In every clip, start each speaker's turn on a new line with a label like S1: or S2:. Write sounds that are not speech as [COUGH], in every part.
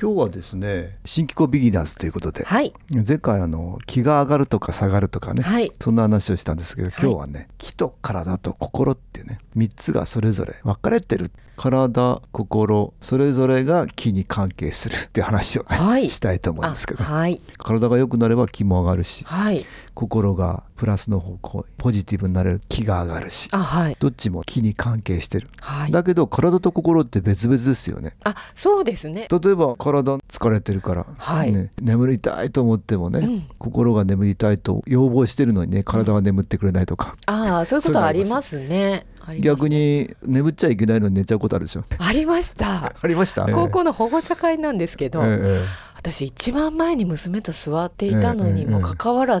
S1: 今日はですね新機構ビギナーズということで、
S2: はい、
S1: 前回あの気が上がるとか下がるとかね、
S2: はい
S1: そんな話をしたんですけど
S2: い
S1: 今日はね、気と体と心っていうね3つがそれぞれ分かれてる体心それぞれが気に関係するっていう話をね、
S2: はい
S1: したいと思うんですけど、
S2: あはい、
S1: 体が良くなれば気も上がるし
S2: はい、
S1: 心がプラスの方向ポジティブになれる気が上がるし
S2: あ、はい、
S1: どっちも気に関係してる、
S2: はい。
S1: だけど体と心って別々ですよね
S2: あ、そうですね。
S1: 例えば体疲れてるから、
S2: はい
S1: ね、眠りたいと思ってもね、
S2: うん
S1: 心が眠りたいと要望してるのにね体が眠ってくれないとか、
S2: あー、そういう
S1: そういう
S2: こと
S1: のあ
S2: あ
S1: り
S2: り
S1: ま
S2: ますね。あります
S1: 逆。に眠っちゃいけないのに寝ちゃうことあるでしょ
S2: ありました。
S1: [LAUGHS] ありました
S2: 高校の保護者会なんですけ
S1: え
S2: ど、
S1: ええ
S2: 私一番前に娘と座っていたのに
S1: ええええ
S2: もかかわら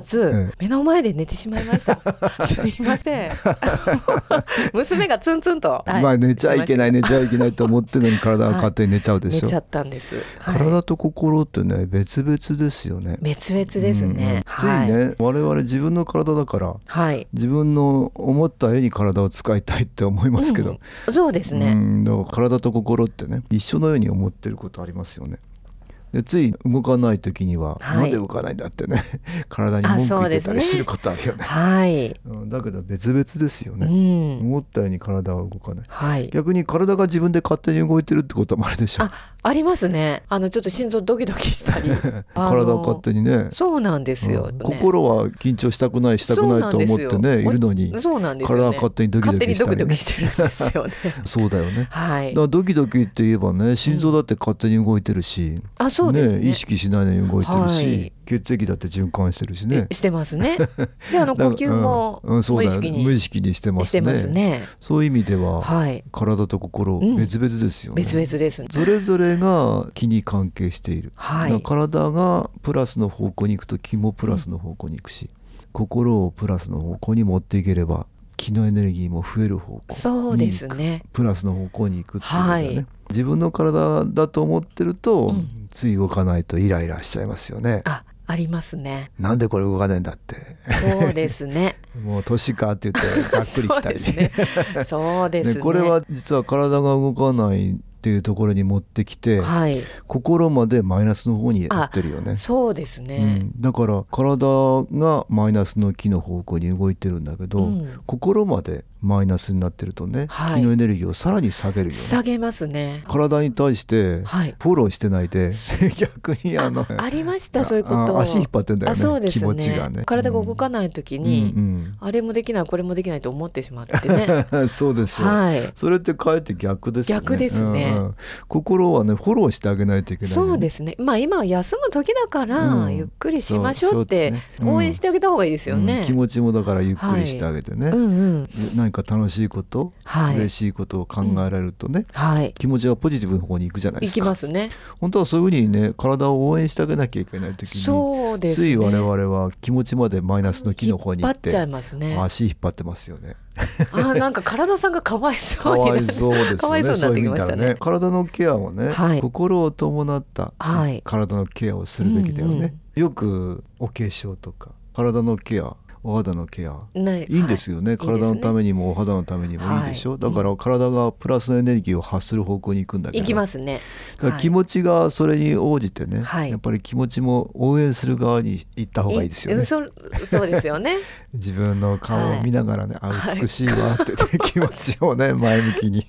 S1: え
S2: ず、
S1: え
S2: 目の前で寝てしまいま
S1: [LAUGHS]
S2: した。すみません。 [LAUGHS] 娘がツンツンと、
S1: え
S2: はい
S1: まあ寝ちゃいけない寝ちゃいけないと思ってるのに体が勝手に寝ちゃうで
S2: 寝
S1: しょ、
S2: ちゃったんです。はい
S1: 体と心ってね別々ですよね
S2: 別々です
S1: うんうん
S2: ね。
S1: つい
S2: はい。
S1: ね、我々自分の体だから
S2: はい。
S1: 自分の思った絵に体を使いたいって思いますけど、
S2: うんそうですね。
S1: うんだから体と心ってね一緒のように思ってることありますよね。でつい動かない時には、
S2: はい
S1: なんで動かないんだってね [LAUGHS] 体に文句言ってたり
S2: あそうですね
S1: することあるよね。
S2: はい。
S1: うんだけど別々ですよ
S2: う
S1: ね、
S2: ん。
S1: 思ったように体は動かない
S2: はい。
S1: 逆に体が自分で勝手に動いてるってこともあるでしょ
S2: あ、ありますね。あのちょっと心臓ドキドキし
S1: [LAUGHS]
S2: たり。あの
S1: 体を勝手にね
S2: そうなんですよ、
S1: うん
S2: ね
S1: 心は緊張したくないしたくないと思って
S2: そうなん
S1: ねい
S2: ですよ
S1: るのに
S2: そうなんですよ、ね。
S1: 体が勝手にドキドキした
S2: 勝手に
S1: り
S2: ドキド
S1: ね
S2: キしてるんです
S1: [LAUGHS]
S2: よね。
S1: そうだよね。
S2: は
S1: だ
S2: い
S1: か。らドキドキって言えばね心臓だって勝手に動いてるし、
S2: あ、そうですね。
S1: 意識しないのに動いてるし、
S2: はい
S1: 血液だって循環してるしね
S2: え。してます
S1: [LAUGHS]
S2: ね。で、あの呼吸も
S1: だからうんうんそう
S2: 無
S1: だ
S2: 意
S1: よ
S2: 識
S1: 無
S2: に
S1: 意識にしてま
S2: し
S1: す
S2: て
S1: ね。
S2: ますね。
S1: そういう意味では、
S2: はい。
S1: 体と心
S2: うん
S1: 別々ですよね。
S2: 別々ですね。
S1: それぞれが気に関係している。
S2: はい
S1: だから体がプラスの方向に行くと気もプラスの方向に行くし、心をプラスの方向に持っていければ気のエネルギーも増える方向
S2: そうですね。
S1: プラスの方向に行くっていうのがね、
S2: はい
S1: 自分の体だと思ってると、
S2: うん
S1: つい動かないとイライラしちゃいますよね。
S2: あ、ありますね。
S1: なんでこれ動かないんだって
S2: [LAUGHS] そうで
S1: [LAUGHS]
S2: すね。
S1: もう年かって言ってがっくりきたり
S2: そうですね。そうですね。
S1: ねこれは実は体が動かないっていうところに持ってきて、
S2: はい。
S1: 心までマイナスの方にやってるよね。
S2: そうです
S1: う
S2: ね。
S1: ん、だから体がマイナスの気の方向に動いてるんだけど、
S2: うん
S1: 心までマイナスになってるとね、
S2: はい
S1: 気のエネルギーをさらに下げるよね
S2: 下げますね。
S1: 体に対して
S2: はい。
S1: フォローしてないで逆にあの
S2: あありましたそういうこと。
S1: あ足引っ張ってんだよ
S2: あ
S1: ね
S2: そうです
S1: 気
S2: ね
S1: 持ちがね
S2: 体が動かないとき
S1: い
S2: に、
S1: うん
S2: あれもできないこれもできないと思ってしまってね。
S1: うん [LAUGHS] そうでしょう、
S2: はい。
S1: それってかえって逆ですよね
S2: 逆ですね
S1: うんうん心はねフォローしてあげないといけないのね、
S2: そうですね。まあ今は休む時だから、
S1: うん
S2: ゆっくりしましょうっ
S1: そう
S2: て
S1: そうねうん
S2: 応援してあげた方がいいですよね。
S1: うん気持ちもだからゆっくりしてあげてね、
S2: うんうん。
S1: 何か楽しいこと、
S2: はい
S1: 嬉しいことを考えられるとね、
S2: はい。
S1: 気持ちがポジティブの方に行くじゃないで
S2: 行
S1: す
S2: き
S1: か
S2: ますね。
S1: 本当はそういうふうにね体を応援してあげなきゃいけない時に
S2: そうですね。
S1: つい我々は気持ちまでマイナスの木の方に行
S2: 引
S1: っ
S2: っ張
S1: て
S2: っちゃいますね。あ
S1: 足引っ張ってますよね
S2: ーなんか体さんがかわい
S1: か
S2: そうに
S1: わ
S2: なる
S1: いそうですよね。
S2: かわいそうになってきましたね
S1: そういう意味では体のケアもね、
S2: はい
S1: 心を伴った
S2: はい
S1: 体のケアをするべきだよね。
S2: うんうん
S1: よくお化粧とか体のケア、お肌のケア。
S2: [LAUGHS] ね
S1: いいんですよね、
S2: はい
S1: 体のためにもお肌のためにもいいでしょ、
S2: はい
S1: だから体がプラスのエネルギーを発する方向に行くんだけど
S2: 行きますね。
S1: だから気持ちがそれに応じてね、
S2: はい
S1: やっぱり気持ちも応援する側に行った方がいいですよね
S2: いそそうです
S1: [LAUGHS]
S2: よね。
S1: 自分の顔を見ながらね、
S2: は
S1: あ
S2: い
S1: 美しいわって、
S2: [LAUGHS]
S1: 気持ちをね前向きに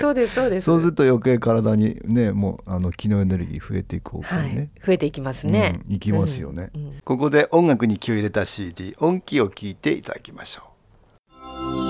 S2: そうですそうです。
S1: そうすると余計体にねもうあの気のエネルギー増えていく方向
S2: は
S1: に
S2: い、
S1: ね、
S2: 増えていきますね。
S1: うんいきますよね
S2: うんうん
S1: ここで音楽に気を入れた CD 音気を聞いていただきましょう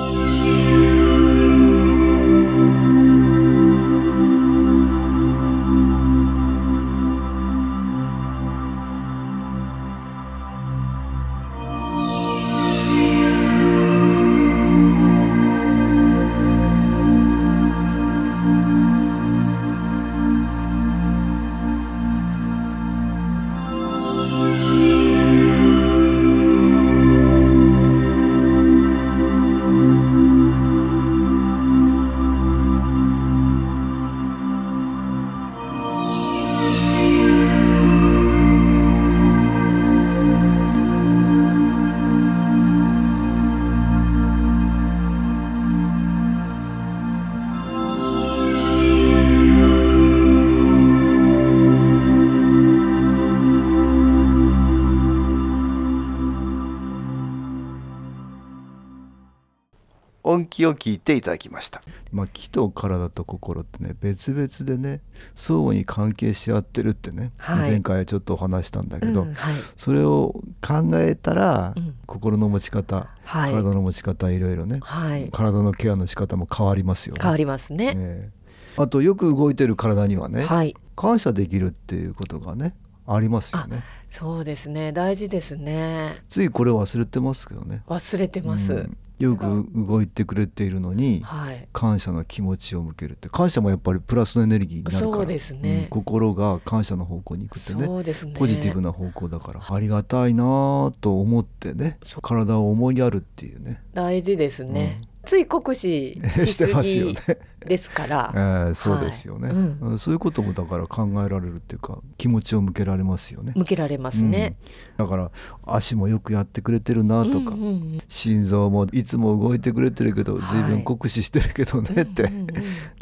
S1: 音気を聞いていただきました、まあ、気と体と心ってね別々でね相互に関係し合ってるってね、
S2: はい
S1: 前回ちょっとお話したんだけど、
S2: うんはい
S1: それを考えたら、
S2: うん
S1: 心の持ち方
S2: はい
S1: 体の持ち方いろいろね、
S2: はい
S1: 体のケアの仕方も変わりますよね。
S2: 変わりますね。
S1: ええあとよく動いてる体にはね、
S2: はい
S1: 感謝できるっていうことがねありますよね。
S2: そうですね大事ですね
S1: ついこれ忘れてますけどね。
S2: 忘れてます。
S1: うんよく動いてくれているのに
S2: はい
S1: 感謝の気持ちを向けるって感謝もやっぱりプラスのエネルギーになるから
S2: そうですね
S1: ん心が感謝の方向に行くってね
S2: そうですね
S1: ポジティブな方向だからありがたいなぁと思ってね
S2: そう
S1: 体を思いやるっていうね、
S2: 大事ですね、
S1: うん
S2: つい酷使し
S1: [LAUGHS] して
S2: す
S1: ますよ
S2: ぎ
S1: ね。
S2: ですか
S1: え
S2: ら
S1: ーそうですよね、
S2: はいうん
S1: うんそういうこともだから考えられるっていうか気持ちを向けられますよね。
S2: 向けられますね、
S1: うんだから足もよくやってくれてるなとか、
S2: うんうん
S1: [LAUGHS]
S2: うん
S1: 心臓もいつも動いてくれてるけど
S2: はい
S1: 随分酷使してるけどねって、 [LAUGHS]
S2: うんうんうん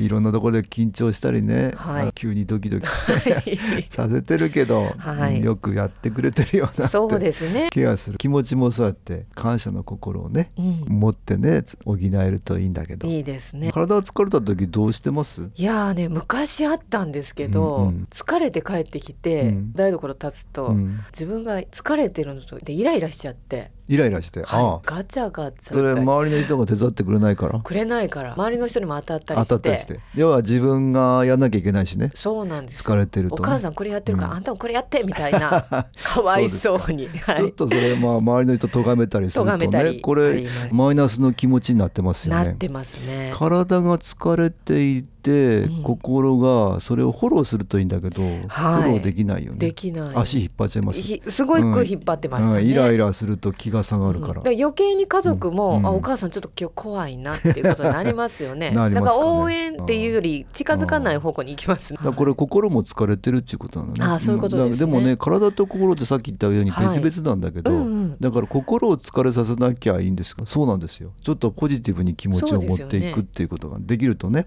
S1: いろんなところで緊張したりね、
S2: はい
S1: 急にドキドキ
S2: はい
S1: [LAUGHS] させてるけど、
S2: は
S1: う
S2: い
S1: んよくやってくれてるよなって
S2: そうですね、
S1: ケアする気持ちもそうやって感謝の心をね
S2: うん、
S1: 持ってね補えるといいんだけど、
S2: いいですね
S1: 体が疲れた時どうしてます
S2: いやーね昔あったんですけど、
S1: うんうん
S2: 疲れて帰ってきて、
S1: うん
S2: 台所立つと、
S1: うん
S2: 自分が疲れてるのとでイライラしちゃって、
S1: イライラして、あ
S2: は
S1: あ
S2: い、ガチャガチャ
S1: それ
S2: みたい
S1: 周りの人が手伝ってくれないから
S2: くれないから周りの人にも当たったり
S1: 当
S2: して
S1: たったりして要は自分がやんなきゃいけないしね
S2: そうなんですよ
S1: 疲れてると、
S2: お
S1: ね、
S2: 母さんこれやってるから、
S1: うん
S2: あんたもこれやってみた
S1: [LAUGHS]
S2: いなかわいそうには
S1: ちょっ
S2: い
S1: とそれまあ周りの人咎めたりすると
S2: 咎めた
S1: ね
S2: り
S1: こ
S2: あ
S1: れ
S2: ります
S1: マイナスの気持ちになってますよ
S2: な
S1: ね
S2: ってますね
S1: 体が疲れていて、
S2: うん
S1: 心がそれをフォローするといいんだけど、
S2: はい
S1: フォローできないよね
S2: できない
S1: 足引っ張っちゃいます
S2: ひすごいく引っ張ってましたね、
S1: うんイライラすると気が下が
S2: う
S1: る
S2: ん
S1: から、
S2: 余計に家族も、
S1: うん
S2: あ
S1: うん
S2: お母さんちょっと今日怖いなっていうことになりますよね
S1: なり
S2: だ
S1: ます
S2: か
S1: からね
S2: 応援っていうより近づかない方向に行きますね
S1: だからこれ心も疲れてるっていうことなのね
S2: あーそういうことです
S1: ん
S2: ね
S1: だからでもね体と心ってさっき言ったように
S2: はい
S1: 別々なんだけど、
S2: うんうん
S1: だから心を疲れさせなきゃいいんですがそうなんですよちょっとポジティブに気持ち
S2: そ
S1: を
S2: うで
S1: 持
S2: す
S1: っ
S2: よ
S1: て
S2: ね
S1: いくっていうことができるとね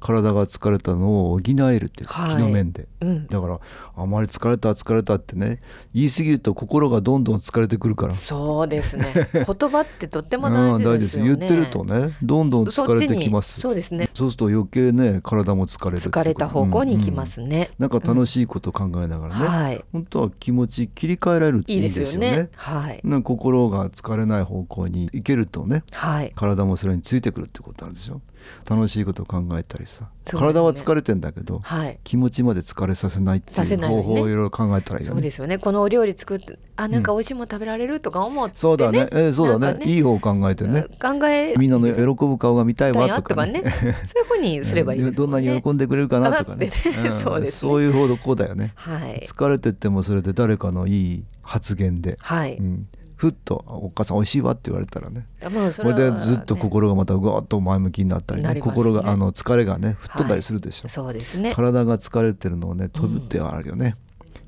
S1: 体が疲れたのを補えるっていうか、
S2: は
S1: 気
S2: い
S1: の面で
S2: うん
S1: だからあまり疲れた疲れたってね言い過ぎると心がどんどん疲れてくるから
S2: そうです
S1: [LAUGHS]
S2: ね言葉ってとっても大
S1: うん
S2: 事ですよね、
S1: 言ってるとねどんどん疲れてきます
S2: そっちにそうですね
S1: そうすると余計ね体も疲れるってこと
S2: 疲れた方向に行きま、
S1: うん
S2: すね、
S1: うんなんか楽しいこと考えながらね、
S2: はい
S1: 本当は気持ち切り替えられるって
S2: い
S1: い
S2: い
S1: い
S2: で
S1: ですす
S2: よ
S1: よ
S2: ね
S1: ね。
S2: はい
S1: なんか心が疲れない方向に行けるとね
S2: はい
S1: 体もそれについてくるってことなんでしょ楽しいことを考えたりさ、
S2: そうですね
S1: 体は疲れてんだけど
S2: はい
S1: 気持ちまで疲れさせないって
S2: さ
S1: い
S2: せ
S1: う
S2: ないよう
S1: 方
S2: にね
S1: 法をいろいろ考えたらいいよ
S2: そうで
S1: ね。
S2: すよねこのお料理作ってあなんか美味しいもの食べられるとか思って、ね
S1: そうだね、えーそうだ
S2: なん
S1: ね
S2: か
S1: いい方を考えてね
S2: 考え
S1: みんなの喜ぶ顔が見たい
S2: た
S1: わ
S2: や
S1: と
S2: と
S1: か
S2: か
S1: ね
S2: ね
S1: [LAUGHS]
S2: そういうふうにすればいいです
S1: ど
S2: も
S1: ん
S2: ん
S1: な
S2: ね
S1: に喜んでくれるかなとか
S2: [LAUGHS]
S1: ね
S2: だってねそうですね
S1: そういう方向だよね、
S2: はい
S1: 疲れててもそれで誰かのいい発言で、
S2: はい、
S1: うん、ふっと「お母さんおいしいわ」って言われたらね
S2: まあ
S1: そ
S2: そ
S1: れ
S2: れは
S1: でずっと
S2: ね
S1: 心がまたぐわっと前向きになったり,、ね
S2: なりますね
S1: 心があの疲れがね吹っ飛んだりするでしょ、
S2: そうですね
S1: 体が疲れてるのをね飛ぶってあるよね、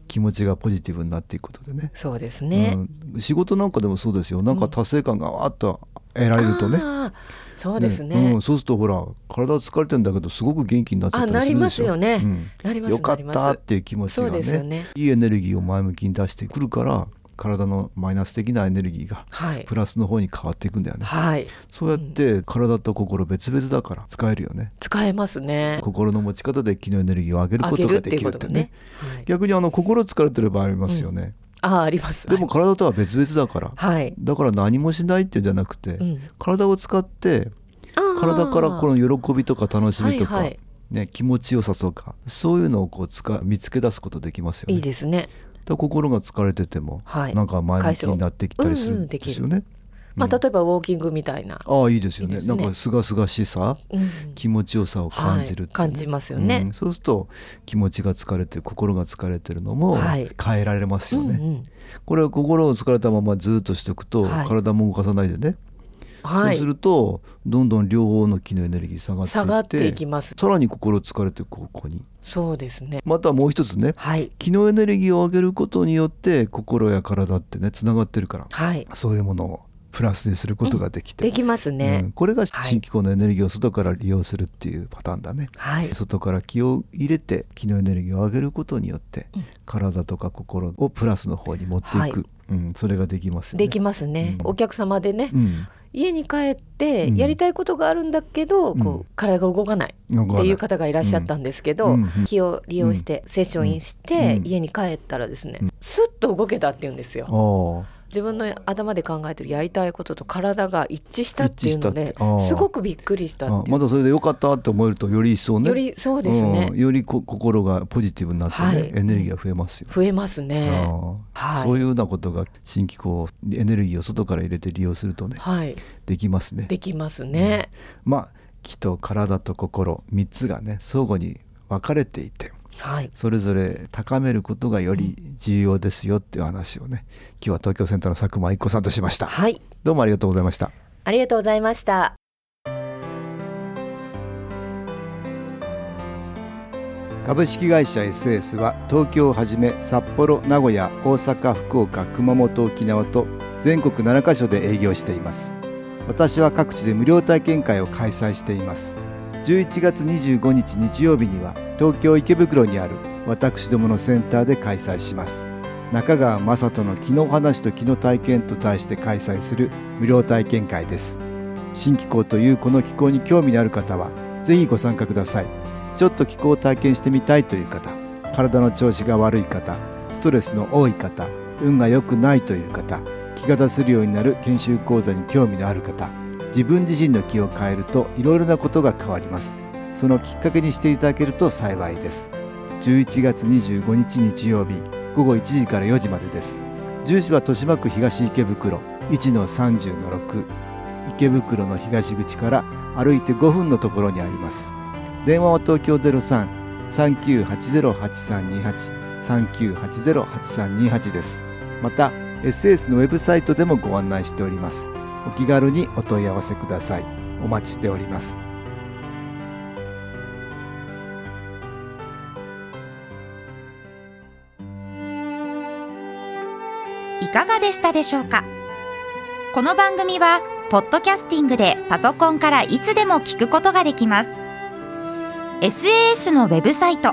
S1: 気持ちがポジティブになっていくことでね
S2: そうですね、
S1: うん、仕事なんかでもそうですよなんか達成感がわっと得られるとね、
S2: あーそうですね
S1: うん、そうするとほら体疲れてんだけどすごく元気になっちゃっ
S2: あ
S1: た
S2: な
S1: りす
S2: り
S1: るで
S2: ま
S1: し
S2: す
S1: ょ
S2: よね、
S1: うん
S2: なります
S1: よかっ
S2: なり
S1: た
S2: ま
S1: っ
S2: す
S1: ていう気持ち
S2: そ
S1: が
S2: うです
S1: ね
S2: よね
S1: いいエネルギーを前向きに出してくるから体のマイナス的なエネルギーが
S2: はい
S1: プラスの方に変わっていくんだよね、
S2: はい
S1: そうやって体と心別々だから使えるよね、
S2: 使えますね
S1: 心の持ち方で気のエネルギーを上げる
S2: あ
S1: こ
S2: げ
S1: と
S2: る
S1: が
S2: って
S1: で
S2: いう
S1: きる
S2: こ
S1: っ
S2: と
S1: て
S2: が
S1: ね
S2: ねはい、
S1: 逆にあの心疲れてる場合ありますよね、
S2: あーあります
S1: でも体とは別々だから、
S2: はい、
S1: だから何もしないっていうんじゃなくて、
S2: うん
S1: 体を使って
S2: あー
S1: 体からこの喜びとか楽しみとか、
S2: はいはい
S1: ね、気持ちよさそうかそういうのをこうつか見つけ出すことできますよね。
S2: いいですね
S1: だから心が疲れてても、
S2: はい
S1: なんか前向きになってきたりする
S2: うんうんん
S1: で
S2: できる
S1: すよね。
S2: まあ
S1: うん
S2: 例えばウォーキングみたいな、
S1: ああいいですよね
S2: いいです
S1: な
S2: ね
S1: んか清々しさ
S2: うん
S1: 気持ちよさを感じるっていうね、
S2: はい感じますよね
S1: うんそうすると気持ちが疲れてる心が疲れてるのも
S2: はい
S1: 変えられますよね、
S2: うんうん
S1: これは心を疲れたままずっとしておくと、
S2: はい
S1: 体も動かさないでね、
S2: はい
S1: そうするとどんどん両方の気のエネルギー下がっていって
S2: 下がっていきます
S1: さらに心疲れていく方向に
S2: そうですね
S1: またもう一つね
S2: はい
S1: 気のエネルギーを上げることによって心や体ってねつながってるから
S2: はい
S1: そういうものをプラスにすることができて、
S2: できますね、
S1: うんこれが
S2: はい
S1: 新機構のエネルギーを外から利用するっていうパターンだね、
S2: はい
S1: 外から気を入れて気のエネルギーを上げることによって、
S2: うん
S1: 体とか心をプラスの方に持っていく、
S2: はい
S1: うん、それができますよね。
S2: できますね、
S1: うん
S2: お客様でね
S1: うん、
S2: 家に帰って
S1: うん
S2: やりたいことがあるんだけど、
S1: うん
S2: こう体が動かない
S1: なんか
S2: っていう方がいらっしゃったんですけど、
S1: うん
S2: 気を利用してセッションインして、
S1: うん
S2: 家に帰ったらですね、
S1: うん
S2: スッと動けたっていうんですよ
S1: あ
S2: 自分の頭で考えてるやりたいことと体が一致したっていうの
S1: 一致し
S2: で
S1: たってああ
S2: すごくびっくりした
S1: あ
S2: っ
S1: あ
S2: てい
S1: ま
S2: う、
S1: だそれで良かったって思えるとより一層ね
S2: よりそうですね、
S1: うんよりこ心がポジティブになってね、
S2: はい
S1: エネルギーが増えますよ、
S2: 増えますね
S1: ああ
S2: はい
S1: そういうようなことが新機構エネルギーを外から入れて利用するとね
S2: はい
S1: できますね
S2: できますね、
S1: まあ気と体と心3つがね相互に分かれていて
S2: はい
S1: それぞれ高めることがより重要ですよっていう話をね今日は東京センターの佐久間一子さんとしました
S2: はい
S1: どうもありがとうございました
S2: ありがとうございました
S1: 株式会社 SS は東京をはじめ札幌名古屋大阪福岡熊本沖縄と全国7カ所で営業しています私は各地で無料体験会を開催しています11月25日日曜日には東京池袋にある私どものセンターで開催します中川雅人の気の話と気の体験と題して開催する無料体験会です新機構というこの機構に興味のある方はぜひご参加くださいちょっと気候を体験してみたいという方体の調子が悪い方ストレスの多い方運が良くないという方気が出せるようになる研修講座に興味のある方自分自身の気を変えるといろいろなことが変わりますそのきっかけにしていただけると幸いです11月25日日曜日午後1時から4時までです住所は豊島区東池袋1-30-6池袋の東口から歩いて5分のところにあります電話は東京ゼロ三三九八ゼロ八三二八三九八ゼロ八三二八です。また SS のウェブサイトでもご案内しております。お気軽にお問い合わせください。お待ちしております。
S3: いかがでしたでしょうかこの番組はポッドキャスティングでパソコンからいつでも聞くことができます SAS のウェブサイト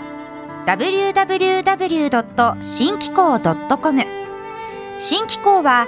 S3: www. 機構 .com 新機構は